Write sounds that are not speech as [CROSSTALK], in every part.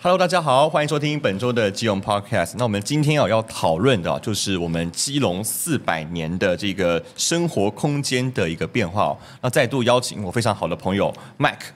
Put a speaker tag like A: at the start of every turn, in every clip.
A: Hello，大家好，欢迎收听本周的基隆 Podcast。那我们今天啊要讨论的啊，就是我们基隆四百年的这个生活空间的一个变化、哦。那再度邀请我非常好的朋友 Mike。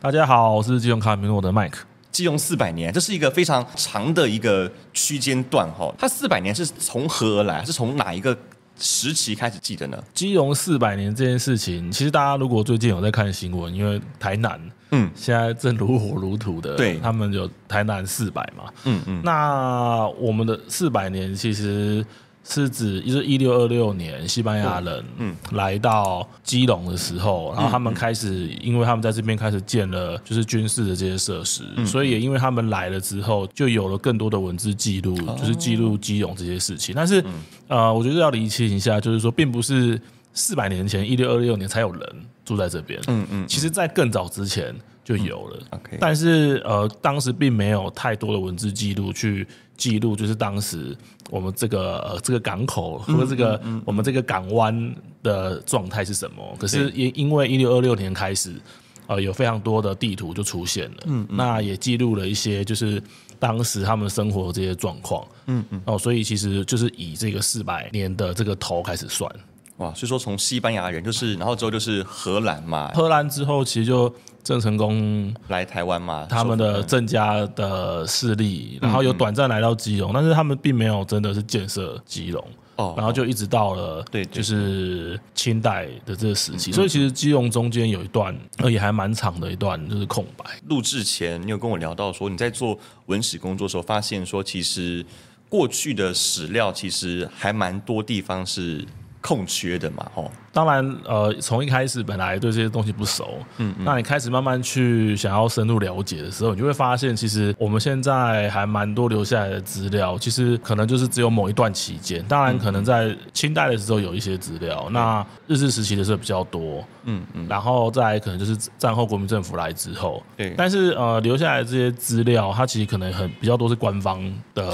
B: 大家好，我是基隆卡米诺的 Mike。
A: 基隆四百年，这是一个非常长的一个区间段哈、哦。它四百年是从何而来？是从哪一个时期开始记的呢？
B: 基隆四百年这件事情，其实大家如果最近有在看新闻，因为台南，
A: 嗯
B: 现在正如火如荼的，
A: 对
B: 他们有台南四百嘛，
A: 嗯嗯，
B: 那我们的四百年其实是指就是一六二六年西班牙人
A: 嗯
B: 来到基隆的时候，然后他们开始，因为他们在这边开始建了就是军事的这些设施，所以也因为他们来了之后，就有了更多的文字记录，就是记录基隆这些事情。但是呃，我觉得要厘清一下，就是说并不是。四百年前，一六二六年才有人住在这边。嗯嗯，其实，在更早之前就有了。
A: OK
B: 但是呃，当时并没有太多的文字记录去记录，就是当时我们这个、呃、这个港口或者这个、我们这个港湾的状态是什么。可是因因为一六二六年开始，呃，有非常多的地图就出现了，嗯，那也记录了一些就是当时他们生活的这些状况，嗯嗯，哦，所以其实就是以这个四百年的这个头开始算，
A: 哇，所以说从西班牙人就是，然后之后就是荷兰嘛，
B: 荷兰之后其实就郑成功
A: 来台湾嘛，
B: 他们的郑家的势力，然后有短暂来到基隆，但是他们并没有真的是建设基隆，
A: 哦
B: 然后就一直到了
A: 对嗯对
B: 就是清代的这个时期，所以其实基隆中间有一段，而且还蛮长的一段就是空白。
A: 录制前，你有跟我聊到说，你在做文史工作的时候，发现说，其实过去的史料其实还蛮多地方是空缺的嘛，吼，
B: 当然，呃，从一开始本来对这些东西不熟，嗯，那你开始慢慢去想要深入了解的时候，你就会发现，其实我们现在还蛮多留下来的资料，其实可能就是只有某一段期间。当然，可能在清代的时候有一些资料，那日治时期的时候比较多，嗯嗯，然后再来可能就是战后国民政府来之后，
A: 对
B: 但是呃，留下来的这些资料，它其实可能很比较多是官方的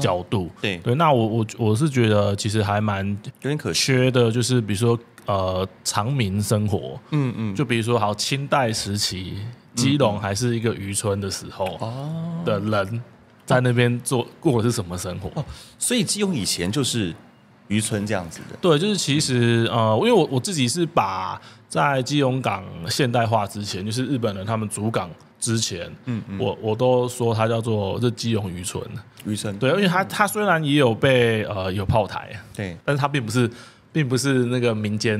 B: 角度，
A: 对
B: 哦对。那我我我是觉得其实还蛮
A: 有点可惜。
B: 缺的就是比如说呃长民生活，嗯嗯，就比如说好清代时期，基隆还是一个渔村的时候的人在那边做过的是什么生活？
A: 所以基隆以前就是渔村这样子的，
B: 对，啊就是其实呃，因为我我自己是把在基隆港现代化之前，就是日本人他们主港之前，嗯嗯，我我都说它叫做这基隆渔村，
A: 渔村
B: 对，因为它它虽然也有被呃有炮台，
A: 对
B: 但是它并不是，并不是那个民间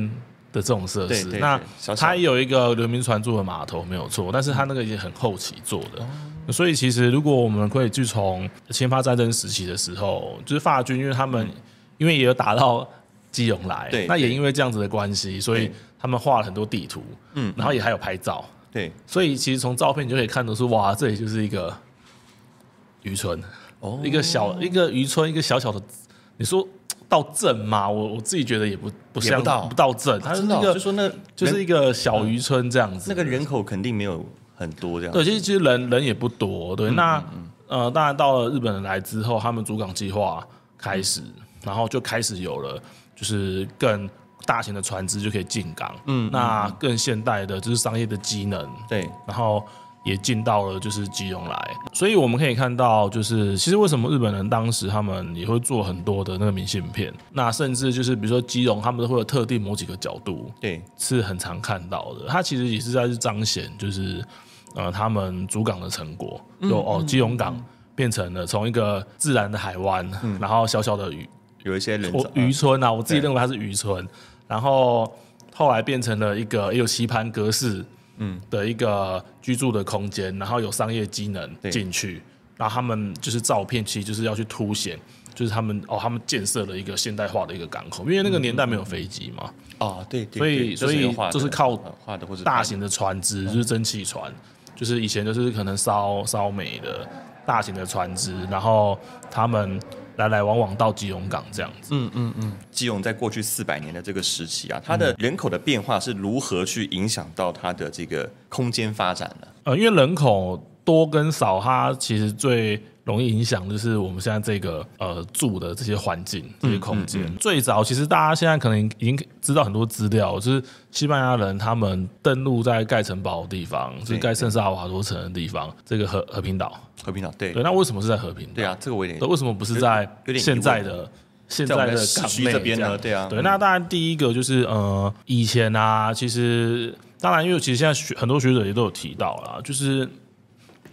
B: 的这种设施。
A: 对对
B: 那
A: 对小小的
B: 它也有一个流民船住的码头没有错，但是它那个也很后期做的。
A: 嗯
B: 所以其实如果我们可以去从先发战争时期的时候，就是法军，因为他们、因为也有打到基隆来，
A: 嗯对
B: 那也
A: 对
B: 因为这样子的关系，所以
A: 对
B: 他们画了很多地图，嗯，然后也还有拍照。
A: 对，
B: 所以其实从照片你就可以看得出，哇，这里就是一个渔村，
A: 哦
B: 一个小一个渔村，一个小小的，你说到镇吗？我我自己觉得也不不
A: 也
B: 像
A: 不到
B: 不到镇，它是
A: 真的
B: 那
A: 哦、
B: 个、
A: 就说那
B: 就是
A: 人嗯
B: 一个小渔村这样子，
A: 那个人口肯定没有很多这样，
B: 对，其实其实人人也不多，
A: 嗯
B: 对。那呃，当然到了日本人来之后，他们主港计划开始，然后就开始有了，就是更大型的船只就可以进港，嗯，那更现代的就是商业的机能，
A: 对
B: 然后也进到了就是基隆来，所以我们可以看到，就是其实为什么日本人当时他们也会做很多的那个明信片，那甚至就是比如说基隆，他们都会有特定某几个角度
A: 对
B: 是很常看到的，它其实也是在彰显就是呃他们主港的成果，就哦基隆港变成了从一个自然的海湾，然后小小的 [LAUGHS] 渔
A: 有一些人
B: 我渔村啊，我自己认为它是渔村，然后后来变成了一个也有棋盘格式，嗯，的一个居住的空间，然后有商业机能
A: 对
B: 进去，然后他们就是照片，其实就是要去凸显，就是他们哦，他们建设了一个现代化的一个港口，因为那个年代没有飞机嘛，
A: 啊、哦，对对，
B: 所以
A: 对
B: 所以
A: 有画的
B: 就是靠
A: 呃画的或者
B: 大型的船只就是蒸汽船，就是以前就是可能烧烧煤的大型的船只，然后他们来来往往到基隆港这样子。
A: 基隆在过去四百年的这个时期
B: 嗯
A: 啊，它的人口的变化是如何去影响到它的这个空间发展呢？
B: 呃，因为人口多跟少，它其实最容易影响的就是我们现在这个呃住的这些环境、这些空间。最早其实大家现在可能已经知道很多资料，就是西班牙人他们登陆在盖城堡的地方，就是盖圣萨尔瓦多城的地方，这个和和平岛。
A: 和平岛对
B: 对，那为什么是在和平岛？
A: 对啊，这个我有点
B: 对，为什么不是在
A: 有点疑
B: 现在
A: 问
B: 的现
A: 在我
B: 在
A: 们
B: 的
A: 的市
B: 港
A: 区
B: 内
A: 这边呢
B: 样
A: 对啊
B: 对，那当然第一个就是呃，以前啊，其实当然，因为其实现在学很多学者也都有提到啦，就是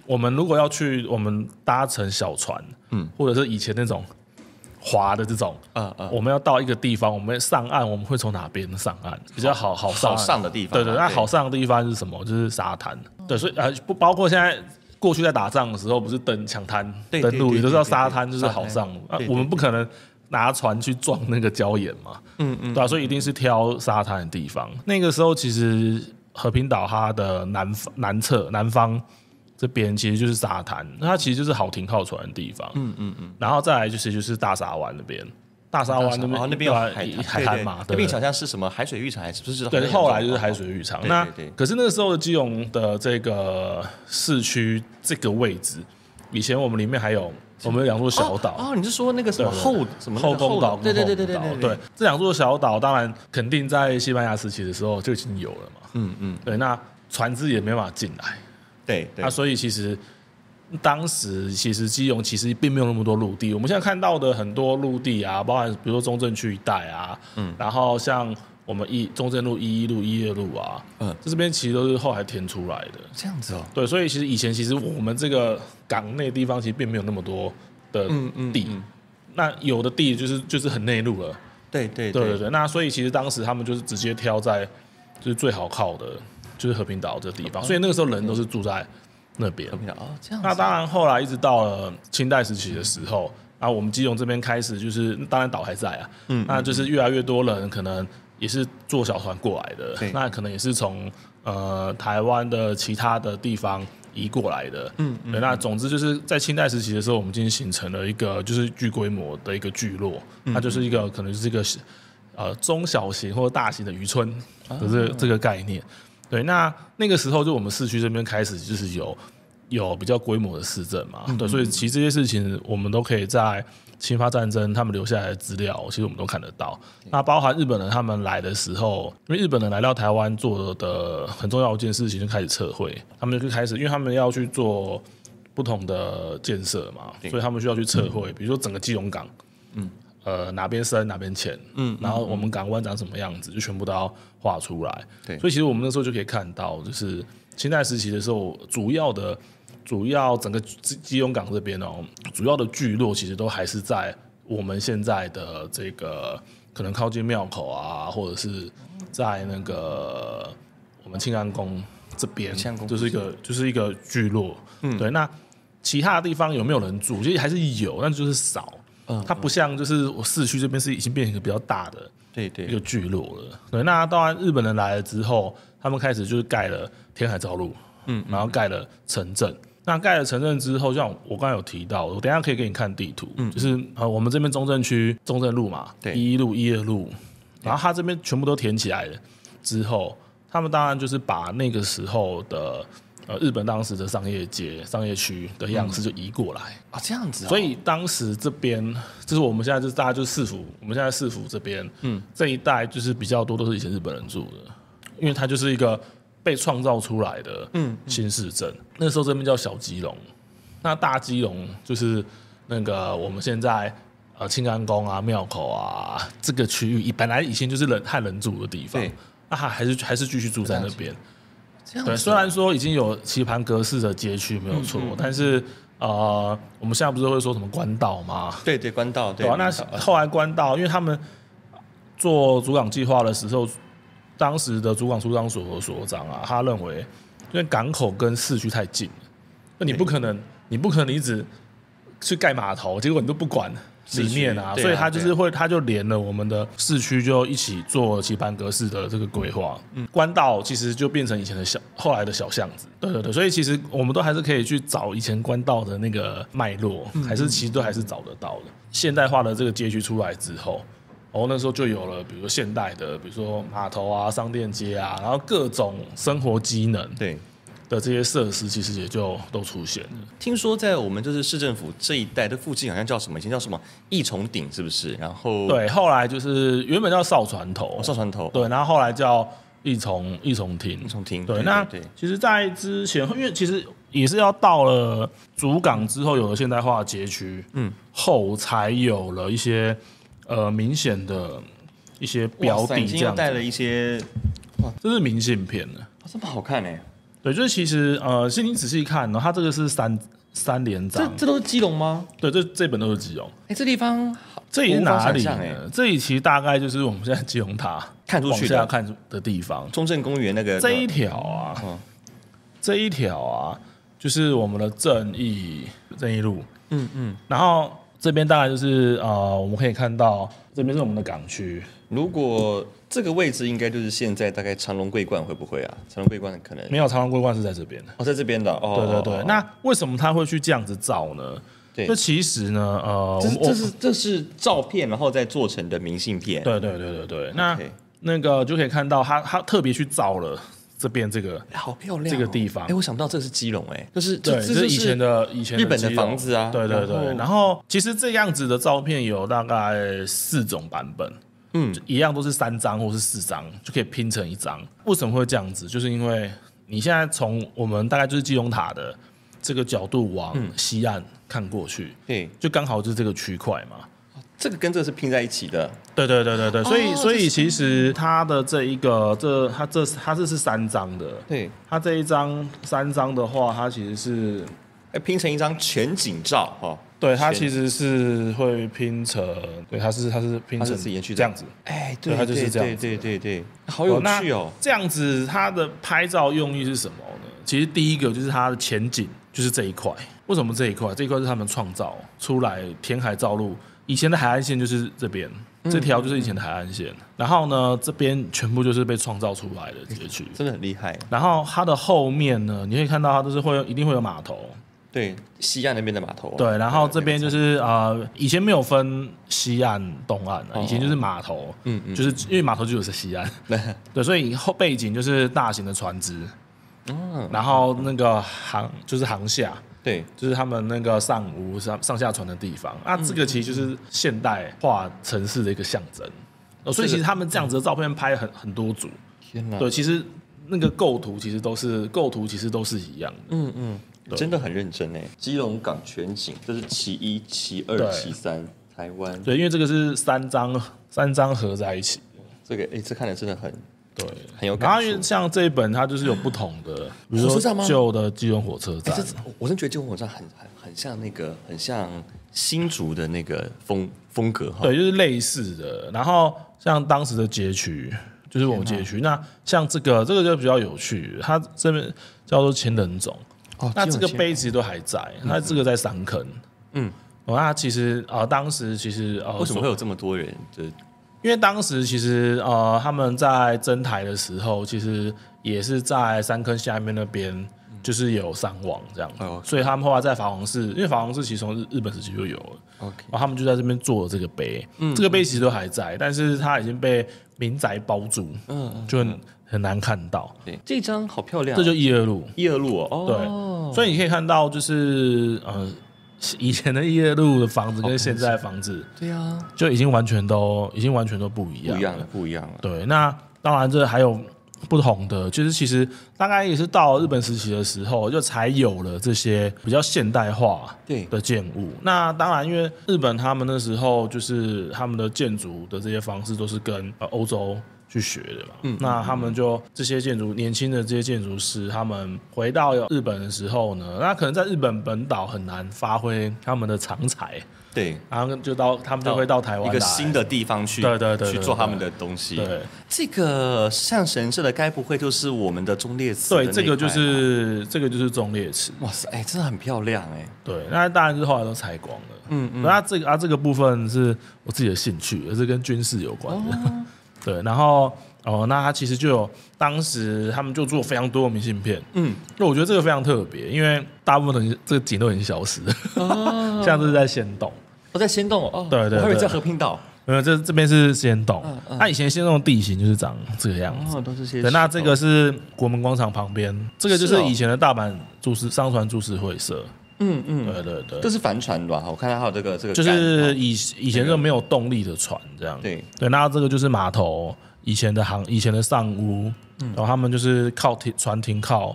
B: 我们如果要去，我们搭乘小船，嗯，或者是以前那种划的这种。
A: 啊啊，
B: 我们要到一个地方，我们上岸，我们会从哪边上岸比较好好上
A: 好
B: 岸
A: 上的地方啊，
B: 对对，那好上的地方是什么？就是沙滩。对，所以呃，不包括现在过去在打仗的时候，不是登抢滩、
A: 对
B: 登
A: 对
B: 陆，
A: 对
B: 也都
A: 对
B: 知道
A: 对
B: 沙
A: 对
B: 滩就是
A: 沙
B: 好
A: 滩
B: 上路。啊
A: 对，对
B: 我们不可能拿船去撞那个礁岩嘛，嗯嗯，对啊，所以一定是挑沙滩的地方。那个时候其实和平岛它的南方南侧南方。这边其实就是沙滩，那它其实就是好停靠船的地方。嗯嗯嗯。然后再来就是就是大沙湾那边，大沙湾那边、
A: 哦那边
B: 对
A: 有
B: 啊
A: 海
B: 一
A: 滩
B: 海
A: 对
B: 滩
A: 对
B: 嘛，
A: 那
B: 对
A: 边
B: 不对
A: 想象是什么海水浴场还是不是？
B: 对，后来就是海水浴场。
A: 对
B: 那
A: 对对
B: 可是那个时候的基隆的这个市区这个位置，以前我们里面还有我们有两座小岛。
A: 哦，哦你是说那个什么
B: 对对
A: 后什么那个
B: 后宫岛
A: 对
B: 跟
A: 对对
B: 后
A: 对
B: 宫
A: 对
B: 岛
A: 对
B: 对，这两座小岛当然肯定在西班牙时期的时候就已经有了嘛，
A: 嗯嗯
B: 对，那船只也没办法进来，
A: 对对
B: 那啊所以其实当时其实基隆其实并没有那么多陆地，我们现在看到的很多陆地啊，包含比如说中正区一带啊，嗯，然后像我们一中正路、一一路、一二路啊，
A: 嗯
B: 嗯，这边其实都是后来填出来的。
A: 这样子哦，
B: 对，所以其实以前其实我们这个港内地方其实并没有那么多的
A: 嗯嗯
B: 地，
A: 嗯
B: 那有的地就是就是很内陆了。
A: 对对
B: 对对对，那所以其实当时他们就是直接挑在就是最好靠的，就是和平岛这地方，所以那个时候人都是住在那边
A: 和。平岛哦，这样子
B: 那当然，后来一直到了清代时期的时候，啊，我们基隆这边开始就是，当然岛还在啊，嗯，那就是越来越多人可能也是坐小船过来的
A: 对，
B: 那可能也是从呃台湾的其他的地方移过来的，嗯，对，那总之就是在清代时期的时候，我们已经形成了一个就是巨规模的一个聚落，它就是一个可能就是一个呃中小型或大型的渔村的这个、这个概念。对，那那个时候就我们市区这边开始就是有有比较规模的市政嘛，对，所以其实这些事情我们都可以在侵华战争他们留下来的资料，其实我们都看得到。那包含日本人他们来的时候，因为日本人来到台湾做的很重要一件事情，就开始撤回，他们就开始，因为他们要去做不同的建设嘛，所以他们需要去测绘，比如说整个基隆港，嗯，呃，哪边深哪边浅，嗯，然后我们港湾长什么样子，就全部都要画出来。
A: 对
B: 所以其实我们那时候就可以看到，就是清代时期的时候，主要的主要整个基基隆港这边哦，主要的聚落其实都还是在我们现在的这个可能靠近庙口啊，或者是在那个我们庆安宫这边
A: 庆安宫，
B: 就是一个就是一个聚落。嗯，对，那。其他的地方有没有人住？其实还是有，但就是少。它不像就是我市区这边是已经变成一个比较大的
A: 对
B: 一
A: 对
B: 个聚落了。对，那当然日本人来了之后，他们开始就是盖了天海造路，嗯，然后盖了城镇。那盖了城镇之后，像我刚才有提到，我等一下可以给你看地图，就是呃我们这边中正区中正路嘛，
A: 对
B: 一路、一二路，然后它这边全部都填起来了之后，他们当然就是把那个时候的呃日本当时的商业街、商业区的样式就移过来。
A: 哦，这样子哦，
B: 所以当时这边就是我们现在就是大家就是市府，我们现在市府这边，嗯，这一带就是比较多都是以前日本人住的，因为它就是一个被创造出来的嗯新市镇。那时候这边叫小基隆，那大基隆就是那个我们现在呃庆安宫啊、庙口啊这个区域，以本来以前就是人汉人住的地方
A: 对，
B: 那还还是还是继续住在那边。
A: 这样子
B: 对，
A: 哦
B: 虽然说已经有棋盘格式的街区没有错，
A: 嗯
B: 但是呃，我们现在不是会说什么关岛吗？
A: 对对关道对
B: 对吧、啊那
A: 关道
B: 后来关岛，因为他们做主港计划的时候，当时的主港出张所和所长啊，他认为因为港口跟市区太近了，那你不可能，你不可能一直去盖码头，结果你都不管
A: 市
B: 里
A: 区
B: 面啊，
A: 对啊
B: 所以他就是会，他就连了我们的市区就一起做棋盘格式的这个规划。嗯，官道其实就变成以前的小，后来的小巷子。对对对，所以其实我们都还是可以去找以前官道的那个脉络，
A: 嗯
B: 还是其实都还是找得到的。现代化的这个街区出来之后。然后那时候就有了，比如说现代的，比如说码头啊、商店街啊，然后各种生活机能，
A: 对
B: 的这些设施，其实也就都出现了。
A: 听说在我们就是市政府这一带的附近，好像叫什么？以前叫什么一重顶，是不是？然后，
B: 对，后来就是原本叫哨船头
A: 哦，上船头，
B: 对，然后后来叫一重一重亭
A: 一。重亭，
B: 对，
A: 对，
B: 那
A: 对对
B: 其实，在之前，因为其实也是要到了主港之后，有了现代化的街区，
A: 嗯，
B: 后才有了一些呃明显的一些标
A: 哇塞
B: 的
A: 你今
B: 这
A: 天又
B: 样
A: 带
B: 子，
A: 了一些，
B: 这是明信片的。
A: 哇这么好看哎，
B: 对，就是其实呃，是你仔细看呢，它这个是三三连
A: 这
B: 章，
A: 这都是基隆吗？
B: 对，这这本都是基隆，
A: 哎，这地方好
B: 这里是哪里
A: 无法想象欸
B: 呢？这里其实大概就是我们现在基隆塔
A: 看出
B: 往
A: 去
B: 下
A: 的
B: 看的地方，
A: 中正公园那个
B: 这一条啊，
A: 嗯
B: 这一条啊，就是我们的正义正义路，
A: 嗯嗯，
B: 然后这边大概就是呃，我们可以看到这边是我们的港区，
A: 如果这个位置应该就是现在大概长隆桂冠会不会啊？长隆桂冠可能
B: 没有长隆桂冠是在这边的。
A: 哦，在这边的哦，
B: 对对
A: 哦
B: 对，
A: 哦
B: 那为什么他会去这样子造呢？
A: 对
B: 就其实呢，呃，
A: 这是
B: 我们
A: 这是这是照片，然后再做成的明信片，
B: 对对对对对，那
A: OK
B: 那个就可以看到他他特别去造了这边这个，
A: 哎，好漂亮哦
B: 这个地方
A: 哎，我想不到这是基隆，哎，就是
B: 对，
A: 这就
B: 这
A: 是
B: 以前的以前
A: 日本的
B: 基隆
A: 房子啊
B: 对对
A: 然
B: 对。
A: 后
B: 然后其实这样子的照片有大概四种版本，
A: 嗯
B: 就一样都是三张或是四张就可以拼成一张。为什么会这样子？就是因为你现在从我们大概就是基隆塔的这个角度往西岸看过去，
A: 对，
B: 就刚好就是这个区块嘛。
A: 这个跟这个是拼在一起的，
B: 对对对对对，所以、
A: 哦
B: 所
A: 这是
B: 以其实它的这一个这它这它这是三张的，
A: 对，
B: 它这一张三张的话，它其实是
A: 哎，拼成一张全景照哦，
B: 对它
A: 全
B: 其实是会拼成，对它是它是拼
A: 它是
B: 成
A: 自己延续的
B: 这样子，
A: 哎，
B: 对它就是这样
A: 对
B: 子
A: 对对对，对好有趣哦，
B: 那这样子它的拍照用意是什么呢？其实第一个就是它的前景，就是这一块。为什么这一块？这一块是他们创造出来填海造陆。以前的海岸线就是这边，
A: 嗯
B: 这条就是以前的海岸线。然后呢，这边全部就是被创造出来的街区。
A: 真的很厉害，
B: 然后它的后面呢，你可以看到它都是会有一定会有码头，
A: 对，西岸那边的码头啊，
B: 对，然后这边就是呃，以前没有分西岸、东岸啊，
A: 哦
B: 以前就是码头，
A: 嗯嗯
B: 就是因为码头就有是
A: [LAUGHS]
B: 西岸，对，所以后背景就是大型的船只，
A: 嗯，
B: 然后那个航就是航下，
A: 对，
B: 就是他们那个上屋上上下船的地方，那
A: 嗯
B: 这个其实就是现代化城市的一个象征，哦所以其实他们这样
A: 嗯
B: 子的照片拍很很多组，
A: 天哪，
B: 对，其实那个构图其实都是构图其实都是一样的。
A: 嗯嗯，真的很认真哎。基隆港全景，这是其一、其二、
B: 对
A: 其三，台湾
B: 对，因为这个是三张三张合在一起，
A: 这个哎，这看的真的很
B: 对，
A: 很有
B: 然后
A: 感
B: 因
A: 触
B: 为。像这一本，它就是有不同的，比如
A: 火车站吗
B: 说旧的基隆火车站
A: 哎这，我我真觉得这个火车站很很很像那个很像新竹的那个风风格哈。
B: 对，就是类似的。然后像当时的街区，就是我们街区。那像这个，这个就比较有趣，它这边叫做千人冢，
A: 哦
B: 那这个
A: 基隆
B: 碑其实都还在，那这个在三坑，
A: 嗯
B: 哦，那其实啊、呃当时其实呃，
A: 为什么会有这么多人？就是
B: 因为当时其实呃，他们在征台的时候，其实也是在三坑下面那边，就是有上网这样，
A: 哦
B: 所以他们后来在法王寺，因为法王寺其实从日日本时期就有了，
A: OK 嗯
B: 然后他们就在这边做了这个碑，这个碑其实都还在，但是它已经被民宅包住，
A: 嗯嗯，
B: 就很很难看到，
A: 对，这张好漂亮哦，
B: 这就一二路，
A: 一二路哦。
B: 对，所以你可以看到就是呃。以前的一二路的房子跟现在的房子
A: 对啊，
B: 就已经完全都已经完全都不一样
A: 不
B: 了，
A: 一样了，不一样了。
B: 对，那当然这还有不同的，就是其实大概也是到日本时期的时候，就才有了这些比较现代化
A: 对，
B: 的建物。那当然，因为日本他们那时候就是他们的建筑的这些方式都是跟呃欧洲。去学的嘛，
A: 嗯
B: 那他们就这些建筑年轻的这些建筑师，他们回到日本的时候呢，那可能在日本本岛很难发挥他们的长才，
A: 对。
B: 然后就到他们就会到台湾
A: 一
B: 来
A: 个新的地方去，
B: 对对对对
A: 去做他们的东西。
B: 对，
A: 这个上神社的，该不会就是我们的忠烈祠的那
B: 对，
A: 一块吧？
B: 这个就是这个就是忠烈祠，
A: 哇塞，哎、真的很漂亮哎、
B: 对，那当然是后来都拆光了。嗯嗯，那这个啊，这个部分是我自己的兴趣，也是跟军事有关的。
A: 哦
B: [LAUGHS] 对，然后哦，那他其实就有当时他们就做非常多的明信片。
A: 嗯，
B: 那我觉得这个非常特别，因为大部分的这个 [LAUGHS] 景都已经消失了，像这是在仙洞。
A: 我、在仙洞哦，
B: 对对
A: 我还以为
B: 对
A: 在和平岛。
B: 没有，呃这这边是先洞，
A: 嗯
B: 那以前先洞地形就是长这个样子。
A: 哦，都是些
B: 对，那这个
A: 石
B: 是国门广场旁边，这个就是是
A: 哦
B: 以前的大阪株式商船株式会社。
A: 头，嗯嗯，
B: 对对对
A: 这，是帆船吧？我看它还有这个这个杆，
B: 就是
A: 哦
B: 以以前就没有动力的船这样。
A: 对
B: 对，那这个就是码头以前的航以前的上屋，
A: 嗯
B: 然后他们就是靠停船停靠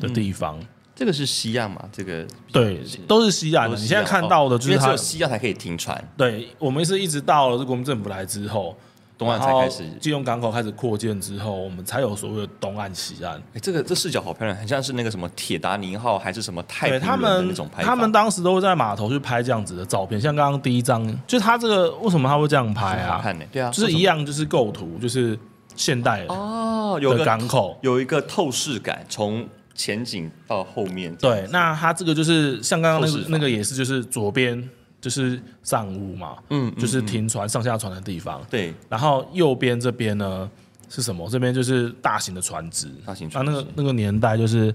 B: 的地方。
A: 这个是西亚嘛？这个
B: 对，都是西亚的。
A: 嗯都是西
B: 你
A: 亚
B: 现在看到的
A: 哦
B: 就
A: 因
B: 是
A: 为只
B: 它
A: 有，西亚才可以停船，
B: 对我们是一直到了这国民政府来之后，
A: 东岸才
B: 然后
A: 开始。
B: 金融港口开始扩建之后，我们才有所谓的东岸、西岸。
A: 哎，这个这视角好漂亮，很像是那个什么铁达尼号还是什么太
B: 对
A: 平
B: 他
A: 轮的那
B: 们
A: 种，拍法。
B: 他们当时都会在码头去拍这样子的照片，像刚刚第一张，就是他这个为什么他会这样拍
A: 很好
B: 啊？
A: 看呢，对啊，
B: 就是一样，就是构图，就是现代的
A: 哦，有
B: 的
A: 个
B: 港口。
A: 有一个透视感，从前景到后面。
B: 对，那它这个就是像刚刚那
A: 透视
B: 个
A: 法
B: 那个也是，就是左边就是上屋嘛，嗯，就是停船上下船的地方。
A: 对，
B: 然后右边这边呢是什么？这边就是大型的船只，
A: 大型
B: 啊，
A: 船
B: 那个那个年代就是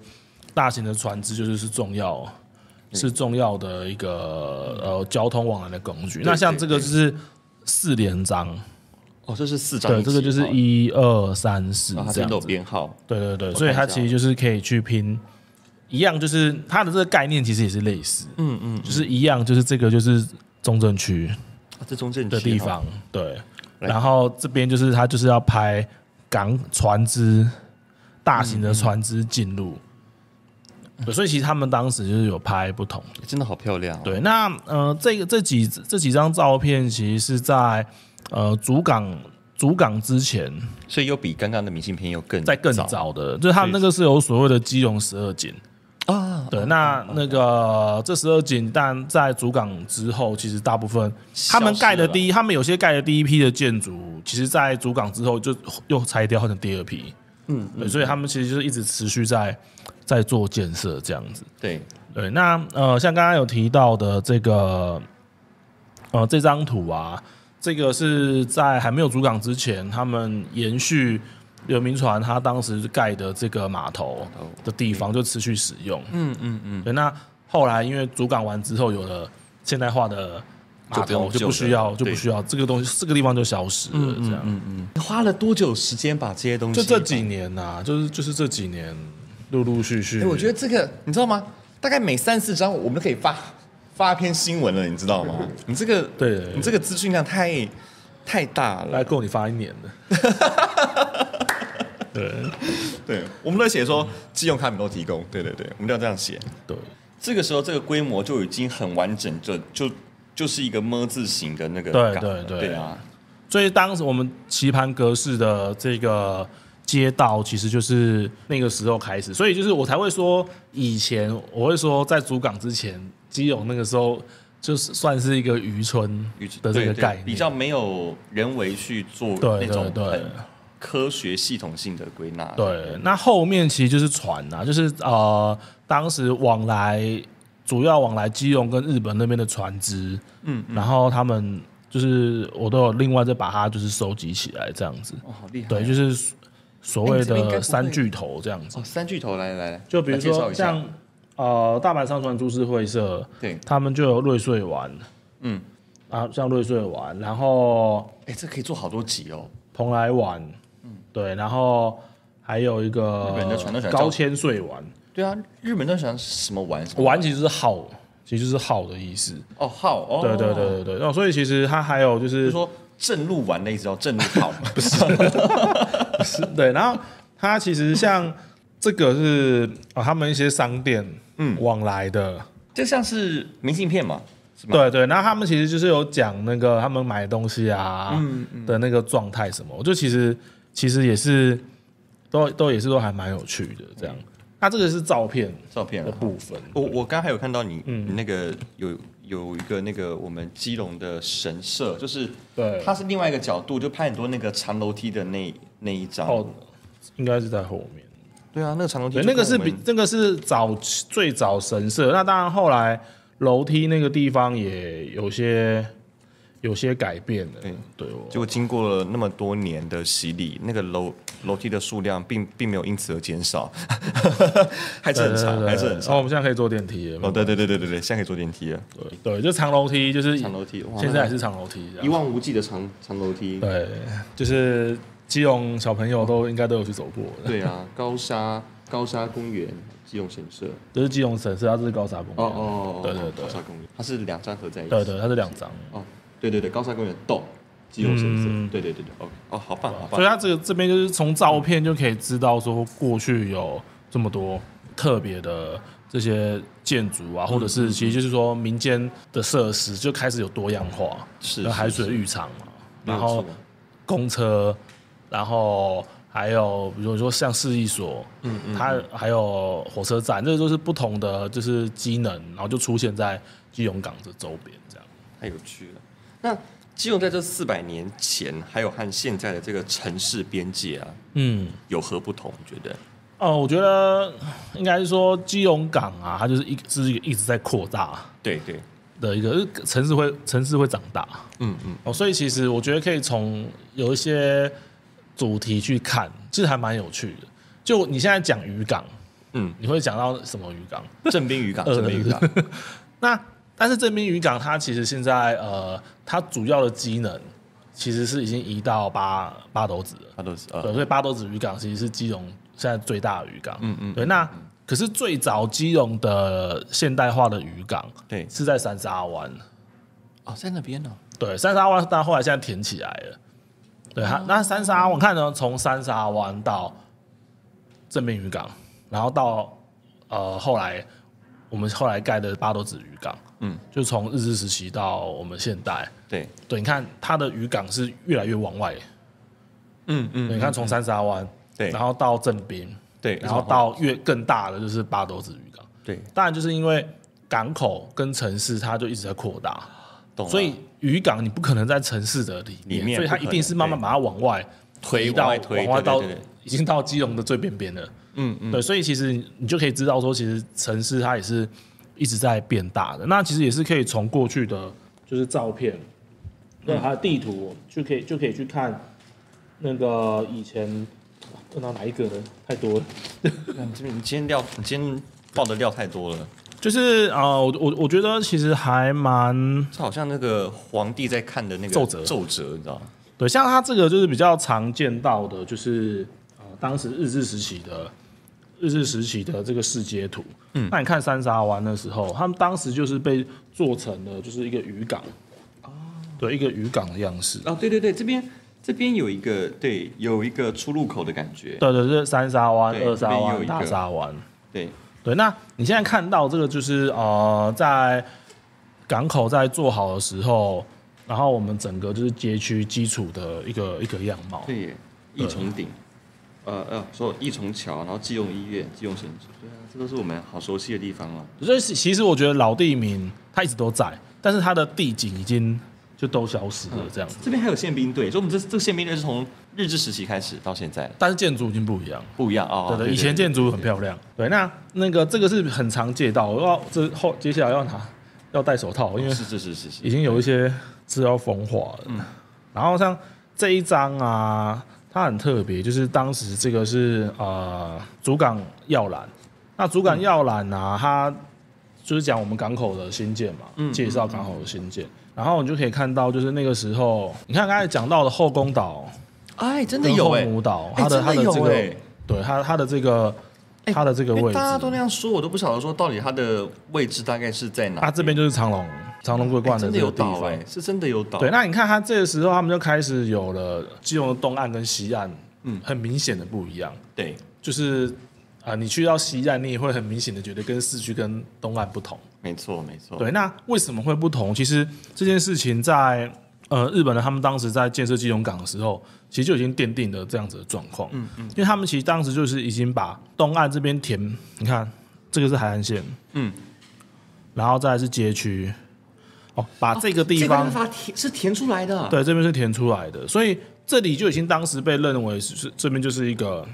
B: 大型的船只就是是重要，是重要的一个呃交通往来的工具。
A: 对
B: 那像
A: 对
B: 这个就是四连章，
A: 哦，这是四张
B: 对，
A: 一起，
B: 这个就是
A: 哦，
B: 一二三四
A: 然后它
B: 这
A: 这边
B: 样
A: 都有
B: 子，
A: 编号，
B: 对对对，
A: 下
B: 所以它其实就是可以去拼。一样就是它的这个概念其实也是类似，嗯嗯，就是一样，就是这个就是中正区，
A: 啊这中正
B: 的
A: 区
B: 地
A: 哦
B: 方，对。
A: 来
B: 然后这边就是他就是要拍港船只，大型的船只进入。对，所以其实他们当时就是有拍不同的。
A: 诶真的好漂亮哦。
B: 对，那呃，这个这几这几张照片其实是在呃主港主港之前，
A: 所以又比刚刚的明信片又更
B: 在更
A: 早
B: 早的，就是他们那个是有所谓的基隆十二景。
A: 啊，
B: 对，那那个这十二景，但在主港之后，其实大部分他们盖的第一，他们有些盖的第一批的建筑，其实，在主港之后就又拆掉，换成第二批。嗯，对，所以他们其实就是一直持续在在做建设这样子。
A: 对，
B: 对，那呃，像刚刚有提到的这个，呃，这张图啊，这个是在还没有主港之前，他们延续刘铭传他当时盖的这个码头
A: 哦
B: 的地方，就持续使用。嗯嗯嗯。对，那后来因为主港完之后，有了现代化的码
A: 就不用
B: 头，就
A: 旧
B: 不
A: 的
B: 需要，就
A: 对嗯
B: 不需要这个东西，这个地方就消失了。这样，
A: 花了多久时间把这些东西？
B: 就这几年呐、就是就是这几年，陆陆续续。
A: 哎，我觉得这个你知道吗？大概每三四张我们都可以发发一篇新闻了，你知道
B: [LAUGHS]
A: 吗？你这个
B: 对对对哎
A: 你这个资讯量太太大了
B: 来。够你发一年的。 [LAUGHS] 对
A: 对，我们都写说基隆卡米都提供，对对对，我们都要这样写。
B: 对
A: 这个时候，这个规模就已经很完整，就就就是一个么字形的那个
B: 对
A: 港了
B: 对
A: 对
B: 对
A: 啊，
B: 所以当时我们棋盘格式的这个街道，其实就是那个时候开始，所以就是我才会说，以前我会说，在主港之前，基隆那个时候就是算是一个渔村
A: 与
B: 的这
A: 对
B: 个
A: 对
B: 概念，
A: 比较没有人为去做
B: 对
A: 那种
B: 对对
A: 很科学系统性的归纳。
B: 对，那后面其实就是船呐、就是呃，当时往来主要往来基隆跟日本那边的船只，嗯，然后他们就是我都有另外再把它就是收集起来这样子，
A: 哦，好厉害！
B: 对，就是所谓
A: 哎你这边应该
B: 的
A: 不会
B: 三巨头这样子，
A: 哦，三巨头来来来，
B: 就比如
A: 来介绍
B: 说
A: 一下
B: 像呃大阪商船株式会社，
A: 对，
B: 他们就有瑞穗丸，
A: 嗯，
B: 啊像瑞穗丸，然后
A: 哎，这可以做好多集哦。
B: 蓬莱丸，嗯，对，然后还有一个
A: 日本的船都喜欢
B: 高
A: 造
B: 千穗丸。
A: 对啊，日本都喜欢什么玩什么
B: 丸其实是号，其实就是号的意思。
A: 哦号哦，
B: 对对对对对，那所以其实它还有就
A: 就是是说正路玩的意思叫正路号，
B: [LAUGHS]
A: 不是
B: 是对，然后它其实像这个是啊、他们一些商店嗯往来的，
A: 就像是明信片嘛，是吗？
B: 对对，然后他们其实就是有讲那个他们买东西啊、
A: 嗯
B: 的那个状态什么，我就其实其实也是都都也是都还蛮有趣的这
A: 嗯
B: 样。那这个是照片
A: 照片
B: 的
A: 啊。
B: 部分，
A: 我我刚还有看到你，
B: 嗯
A: 你那个有有一个那个我们基隆的神社，就是
B: 对
A: 它是另外一个角度，就拍很多那个长楼梯的那那一张。
B: 哦，应该是在后面。
A: 对啊，那个长楼梯
B: 对，
A: 就跟
B: 那个
A: 我
B: 是
A: 们
B: 比那个是早期最早神社，那当然后来楼梯那个地方也有些有些改变了。
A: 对
B: 对，我
A: 结果经过了那么多年的洗礼，那个楼楼梯的数量并并没有因此而减少， [LAUGHS] 还是很长，还是很
B: 然
A: 长。
B: 哦后我们现在可以坐电梯了。
A: 哦，对对对对对对，现在可以坐电梯了，
B: 对对，就长楼梯，就是
C: 长楼梯哇
B: 现在还是长楼梯这
C: 一
B: 样。
C: 望无际的长长楼梯。
B: 对，就是基隆小朋友都应该都有去走过的，
C: 对啊，高沙高沙公园基隆神社。
B: 这是基隆省，是它是高沙公园。
C: 哦哦，哦
B: 对对对
C: 高沙公园，它是两站合在一起。
B: 对对，它是两张，
C: 哦，对对对，高山公园到基隆神社，
B: 嗯
C: 对对对对，OK，
A: 哦，好棒好
B: 所以
A: 棒。
B: 它这个这边就是从照片就可以知道说过去有这么多特别的这些建筑啊，或者是其实就是说民间的设施就开始有多样化，
A: 是
B: 有
A: 是
B: 海水浴场嘛，然
C: 没有
B: 后
C: 错
B: 公车，然后还有比如说像市役所，嗯嗯，它还有火车站，这都是不同的就是机能，然后就出现在基隆港这周边这样。
A: 太有趣了。那基隆在这四百年前，还有和现在的这个城市边界啊，
B: 嗯，
A: 有何不同？你觉得？
B: 哦，我觉得应该是说基隆港啊，它就是一是一个一直在扩大
A: 对对，
B: 的一个呃城市会城市会长大
A: 嗯嗯，
B: 哦，所以其实我觉得可以从有一些主题去看，其实还蛮有趣的。就你现在讲渔港，
A: 嗯，
B: [LAUGHS] 你会讲到什么渔港？
A: 正滨渔港，
B: 呃
A: 正滨渔港，
B: 那但是这边渔港它其实现在呃，它主要的机能其实是已经移到八八斗子了。
A: 它都是
B: 对，
A: 呃，
B: 所以八斗子渔港其实是基隆现在最大的渔港。
A: 嗯嗯
B: 对，那可是最早基隆的现代化的渔港
A: 对，
B: 是在三沙湾，
A: 哦，在那边呢，
B: 对，三沙湾但后来现在填起来了。对，它
A: 嗯
B: 那三沙我看呢，从三沙湾到正面渔港，然后到呃后来我们后来盖的八斗子渔港，
A: 嗯，
B: 就从日治时期到我们现代，
A: 对，
B: 对，你看它的渔港是越来越往外，
A: 嗯
B: 对
A: 嗯，
B: 你看从三沙湾，
A: 对
B: 然后到正滨，
A: 对，
B: 然后到越更大的就是八斗子渔港。
A: 对，
B: 当然，就是因为港口跟城市它就一直在扩大，
A: 懂了，
B: 所以渔港你不可能在城市的里面，
A: 里面
B: 所以它
A: 不可
B: 一
A: 能
B: 定是慢慢
A: 对
B: 把它往外
A: 推
B: 移到
A: 往外推
B: 往
A: 对
B: 外
A: 对
B: 到
A: 对对
B: 已经到基隆的最边边了。
A: 嗯嗯，
B: 对，所以其实你就可以知道说，其实城市它也是一直在变大的。那其实也是可以从过去的就是照片，对，还有地图，就可以就可以去看那个以前哇问到哪一个呢？太多了。
A: 你这边你今天料，你今天爆的料太多了，
B: 就是啊、呃我我我觉得其实还蛮
A: 这好像那个皇帝在看的那个
B: 奏折
A: 奏折，你知道吗？
B: 对，像它这个就是比较常见到的，就是呃当时日治时期的日治时期的这个世界图。嗯，那你看三沙湾的时候，他们当时就是被做成了就是一个渔港，哦对，一个渔港的样式。
A: 哦，对对对，这边这边有一个对，有一个出入口的感觉，
B: 对对，就是三沙湾、
A: 对
B: 二
A: 这
B: 沙
A: 边有
B: 湾、
A: 一个
B: 大沙湾。
A: 对，
B: 对，那你现在看到这个就是呃，在港口在做好的时候，然后我们整个就是街区基础的一个一个样貌。
A: 对耶，
C: 一重顶，呃呃，说一重桥，然后基隆医院、基隆神社，对啊，这都是我们好熟悉的地方
A: 啊
C: 了。
B: 所以其其实我觉得老地名它一直都在，但是它的地景已经就都消失了这样子，
A: 这边还有宪兵队，所以我们这这个宪兵队是从日治时期开始到现在
B: 但是建筑已经不一样。
A: 不一样哦，
B: 对对，以前建筑很漂亮。对，那那个这个是很常见到，我要这后接下来要拿要戴手套，因为
A: 是是是是
B: 已
A: 是，
B: 经有一些是要风化了。
A: 嗯
B: 然后像这一张啊，它很特别，就是当时这个是呃主港要览，那主港要览
A: 嗯
B: 啊，它就是讲我们港口的新建嘛，介绍港口的新
A: 嗯
B: 建。然后你就可以看到，就是那个时候，你看刚才讲到的后宫岛、
A: 哎，真的
B: 跟
A: 有
B: 后
A: 哎，
B: 母岛，
A: 哎
B: 它的
A: 真
B: 它
A: 的
B: 的
A: 有
B: 这个
A: 哎，
B: 对它它的这个它的这个
A: 因
B: 位
A: 为
B: 置，
A: 大家都那样说，我都不晓得说到底它的位置大概是在哪。
B: 它这边就是长隆长隆桂
A: 哎
B: 冠
A: 真的
B: 这个
A: 有
B: 地
A: 岛
B: 方
A: 哎，，是真的有岛。
B: 对，那你看他这个时候，他们就开始有了基隆的东岸跟西岸，
A: 嗯
B: 很明显的不一样。
A: 对，
B: 就是啊、你去到西岸，你也会很明显的觉得跟市区跟东岸不同。
A: 没错没错。
B: 对，那为什么会不同？其实这件事情在呃日本人他们当时在建设基隆港的时候，其实就已经奠定了这样子的状况。嗯嗯，因为他们其实当时就是已经把东岸这边填，你看这个是海岸线，
A: 嗯，
B: 然后再来是街区，哦，把这个地
C: 这
B: 方、
C: 个法填是填出来的，
B: 对，这边是填出来的，所以这里就已经当时被认为是是这边就是一个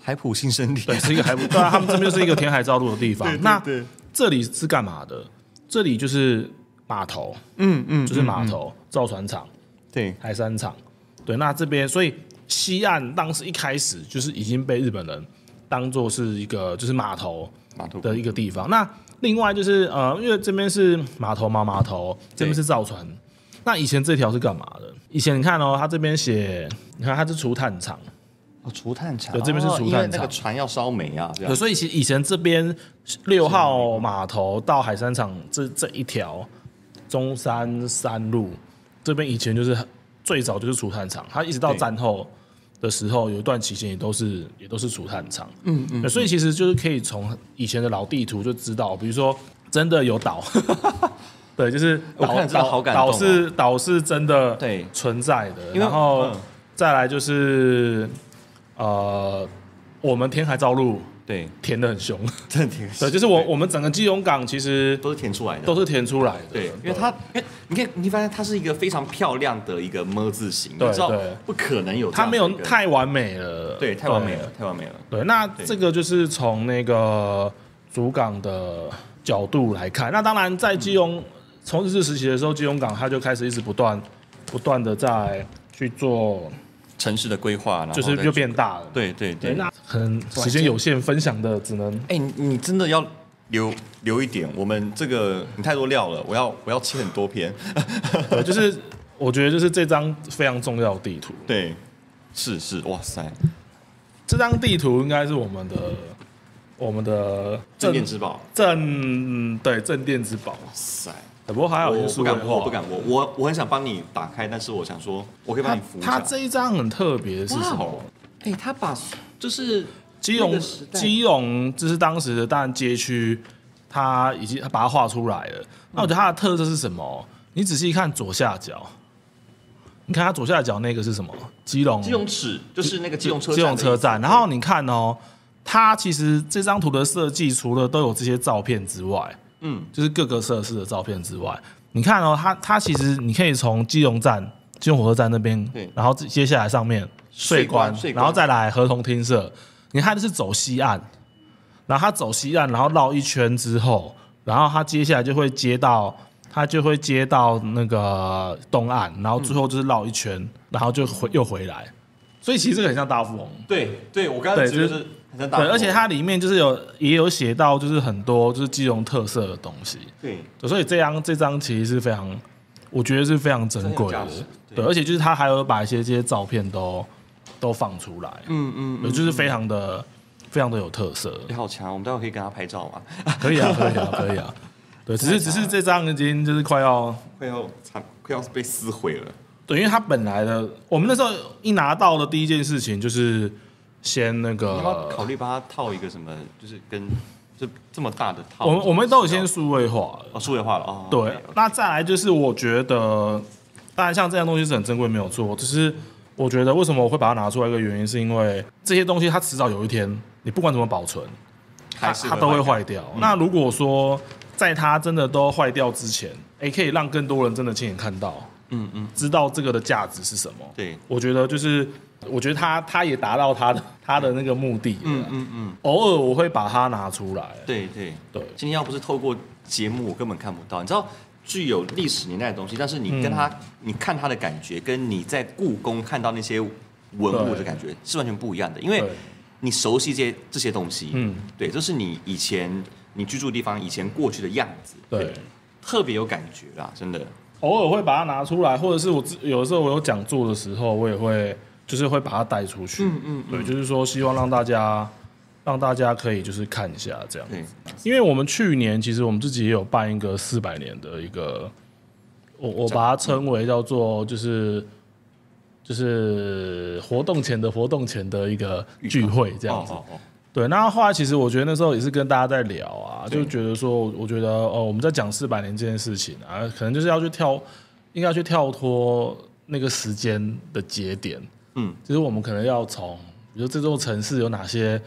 A: 海普新生地 [LAUGHS]
B: [LAUGHS] 对，是一个还不对啊，他们这边就是一个填海造陆的地方。那这里是干嘛的？这里就是码头，嗯嗯，就是码头。造船厂、
A: 对，
B: 海山厂。对，那这边所以西岸当时一开始就是已经被日本人当做是一个就是码头
A: 码头
B: 的一个地方。那另外就是呃，因为这边是码头嘛，码头这边是造船。那以前这条是干嘛的？以前你看哦，他这边写，你看它是除炭厂，
A: 哦，除炭厂，
B: 对这边是
A: 哦
B: 除
A: 因为
B: 炭
A: 那
B: 厂
A: 个船要烧煤啊，这
B: 对，
A: 样
B: 所以其实以前这边六号码头到海山厂这这一条中山三路这边以前就是最早就是储炭厂，它一直到
A: 对
B: 战后的时候有一段期间也都是也都是储炭厂，嗯嗯，所以其实就是可以从以前的老地图就知道，比如说真的有岛。 [LAUGHS] 对，就是
A: 我看
B: 岛
A: 了真的好
B: 岛
A: 感动哦
B: 岛是岛是真的
A: 对
B: 存在的，
A: 为
B: 然后、
A: 嗯
B: 再来就是呃，我们填海造陆，
A: 对，
B: 填的很凶，
A: 真的挺
B: 对，就是我我们整个基隆港其实
A: 都是填出来的，
B: 都是填出来的，
A: 对，因为它，因为你可以你发现它是一个非常漂亮的一个么字形，
B: 对
A: 你知道
B: 对
A: 不可能有这
B: 它
A: 样
B: 没
A: 的一个，
B: 有太完美了，
A: 对太完美了，太完美了，
B: 对。对，那这个就是从那个主港的角度来看，那当然在基隆从日治时期的时候，基隆港它就开始一直不断不断的在去做，
A: 城市的规划，然后
B: 就是
A: 再
B: 就变大了，
A: 对对
B: 对。
A: 对。
B: 那很时间有限，分享的只能
A: 哎，你你真的要留留一点，我们这个你太多料了，我要我要切很多篇，
B: 对，就是我觉得就是这张非常重要的地图。
A: 对，是是，哇塞，
B: 这张地图应该是我们的我们的
A: 镇店之宝，哇
B: 镇对镇店之宝。
A: 塞，
B: 不过还好
A: 我
B: 有
A: 不
B: 数
A: 敢
B: 位
A: 摸，我
B: 化
A: 不。敢摸，我我很想帮你打开，但是我想说，我可以帮
B: 它
A: 你扶一下。
B: 它这一张很特别的是什
A: 哇
B: 么？
A: 哦，哎，他把就是
B: 基
A: 那
B: 隆
A: 个时代
B: 基隆就是当时的当然街区，它已经它把它画出来
A: 嗯
B: 了。那我觉得它的特色是什么？你仔细看左下角，你看它左下角那个是什么？基隆
A: 基隆尺，就是那个基隆车站
B: 基
A: 的
B: 隆
A: 意思，
B: 车站。然后你看哦，它其实这张图的设计除了都有这些照片之外，
A: 嗯，
B: 就是各个设施的照片之外，你看哦，它它其实你可以从基隆站、基隆火车站那边，
A: 对
B: 然后接下来上面
A: 税
B: 税
A: 关
B: 关，
A: 税关
B: 然后再来合同厅舍，你看这是走西岸，然后它走西岸，然后绕一圈之后，然后它接下来就会接到。它就会接到那个东岸，然后最后就是绕一圈，然后就回又回来，所以其实这个很像大富翁。
A: 对对，我刚才
B: 对
A: 觉得
B: 就是是
A: 很像大
B: 对，
A: 富翁
B: 而且它里面就是有也有写到，就是很多就是基隆特色的东西，
A: 对
B: 对所以这张这张其实是非常，我觉得是非常珍贵
A: 很
B: 的
A: 有价值，对
B: 对而且就是它还有把一些这些照片都都放出来，嗯嗯就是非常的非常的有特色，
A: 你好强，我们待会可以跟他拍照吗？ [LAUGHS]
B: 可以啊，可以啊，可以啊，对，只是只是这张已经就是快要，
A: 快要惨，快要被撕毁了。
B: 对，因为它本来的我们那时候一拿到的第一件事情就是先那
A: 你要不要考
B: 个，
A: 虑帮他套一个什么？就是跟就这么大的套，
B: 我们我们都有先数位化了。
A: 哦数位化了哦。
B: 对
A: OK，OK，
B: 那再来就是我觉得，当然像这样东西是很珍贵，没有错。只是我觉得为什么我会把它拿出来，一个原因是因为这些东西它迟早有一天，你不管怎么保存，它
A: 还是
B: 它都会
A: 坏
B: 坏掉。那如果说在它真的都坏掉之前，诶，可以让更多人真的亲眼看到，
A: 嗯嗯，
B: 知道这个的价值是什么。
A: 对，
B: 我觉得就是，我觉得它它也达到它的它的那个目的。嗯
A: 嗯嗯嗯，
B: 偶尔我会把它拿出来。
A: 对对。
B: 对，
A: 今天要不是透过节目，我根本看不到。你知道具有历史年代的东西，但是你跟他，
B: 嗯
A: 你看他的感觉，跟你在故宫看到那些文物的感觉是完全不一样的，因为
B: 对
A: 你熟悉这些这些东西，
B: 嗯，
A: 对，这是你以前你居住的地方以前过去的样子，
B: 对。
A: 特别有感觉啦，真的。
B: 偶尔会把它拿出来，或者是我自有的时候我有讲座的时候，我也会就是会把它带出去。
A: 嗯嗯
B: 对，就是说希望让大家让大家可以就是看一下这样。
A: 对，
B: 因为我们去年其实我们自己也有办一个四百年的一个，我我把它称为叫做就是。就是活动前的活动前的一个聚会这样子，
A: 哦哦哦
B: 对，那后来其实我觉得那时候也是跟大家在聊啊，
A: 对
B: 就觉得说，我觉得哦，我们在讲四百年这件事情啊，可能就是要去跳，应该去跳脱那个时间的节点。
A: 嗯，
B: 就是我们可能要从，比如这座城市有哪些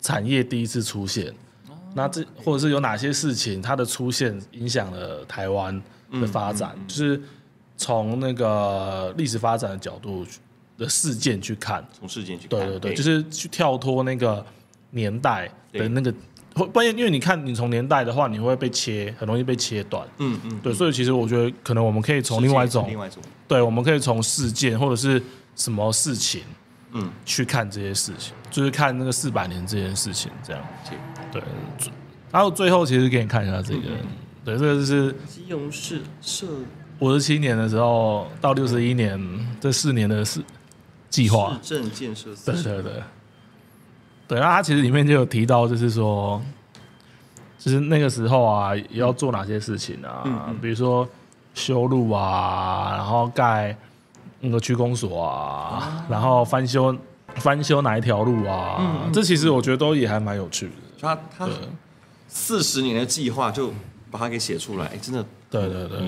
B: 产业第一次出现，
A: 哦
B: 那这或者是有哪些事情它的出现影响了台湾的
A: 嗯
B: 发展，就是从那个历史发展的角度去的事件去看。
A: 从事件去看，
B: 对对对，就是是去跳脱那个年代的那个会关键，因为你看你从年代的话，你会被切，很容易被切断。
D: 嗯嗯，
B: 对，所以其实我觉得可能我们可以从另外一种
D: 另外一种，
B: 对，我们可以从事件或者是什么事情，
D: 嗯，
B: 去看这些事情，就是看那个四百年这件事情，这样
D: 对。
B: 对。最然后最后其实给你看一下这个，
D: 嗯
B: 对，这个就是
A: 基隆市社
B: 五十七年的时候到六十一年这四年的事计划
A: 市，政建设司
B: 对对对，对。那它其实里面就有提到，就是说，就是那个时候啊，也要做哪些事情啊，
A: 嗯
B: 比如说修路啊，然后盖那个区公所啊，
A: 哦
B: 然后翻修翻修哪一条路啊，
A: 嗯
B: 这其实我觉得都也还蛮有趣的。
A: 就他他四十年的计划就把它给写出来，哎真的
B: 对对
A: 嗯
B: 对，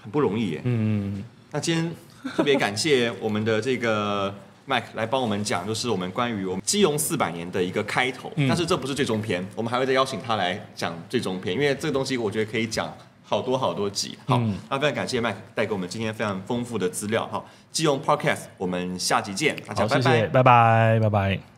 A: 很不容易耶。
B: 嗯，
A: 那今天特别感谢我们的这个 [LAUGHS] Mike 来帮我们讲，就是我们关于我们基隆四百年的一个开头。
B: 嗯
A: 但是这不是最终篇，我们还会再邀请他来讲最终篇，因为这个东西我觉得可以讲好多好多集。好，
B: 嗯
A: 那非常感谢 Mike 带给我们今天非常丰富的资料。好，基隆 Podcast，我们下集见，大家
B: 好，
A: 拜
B: 谢
A: 拜
B: 谢，。拜拜，拜拜。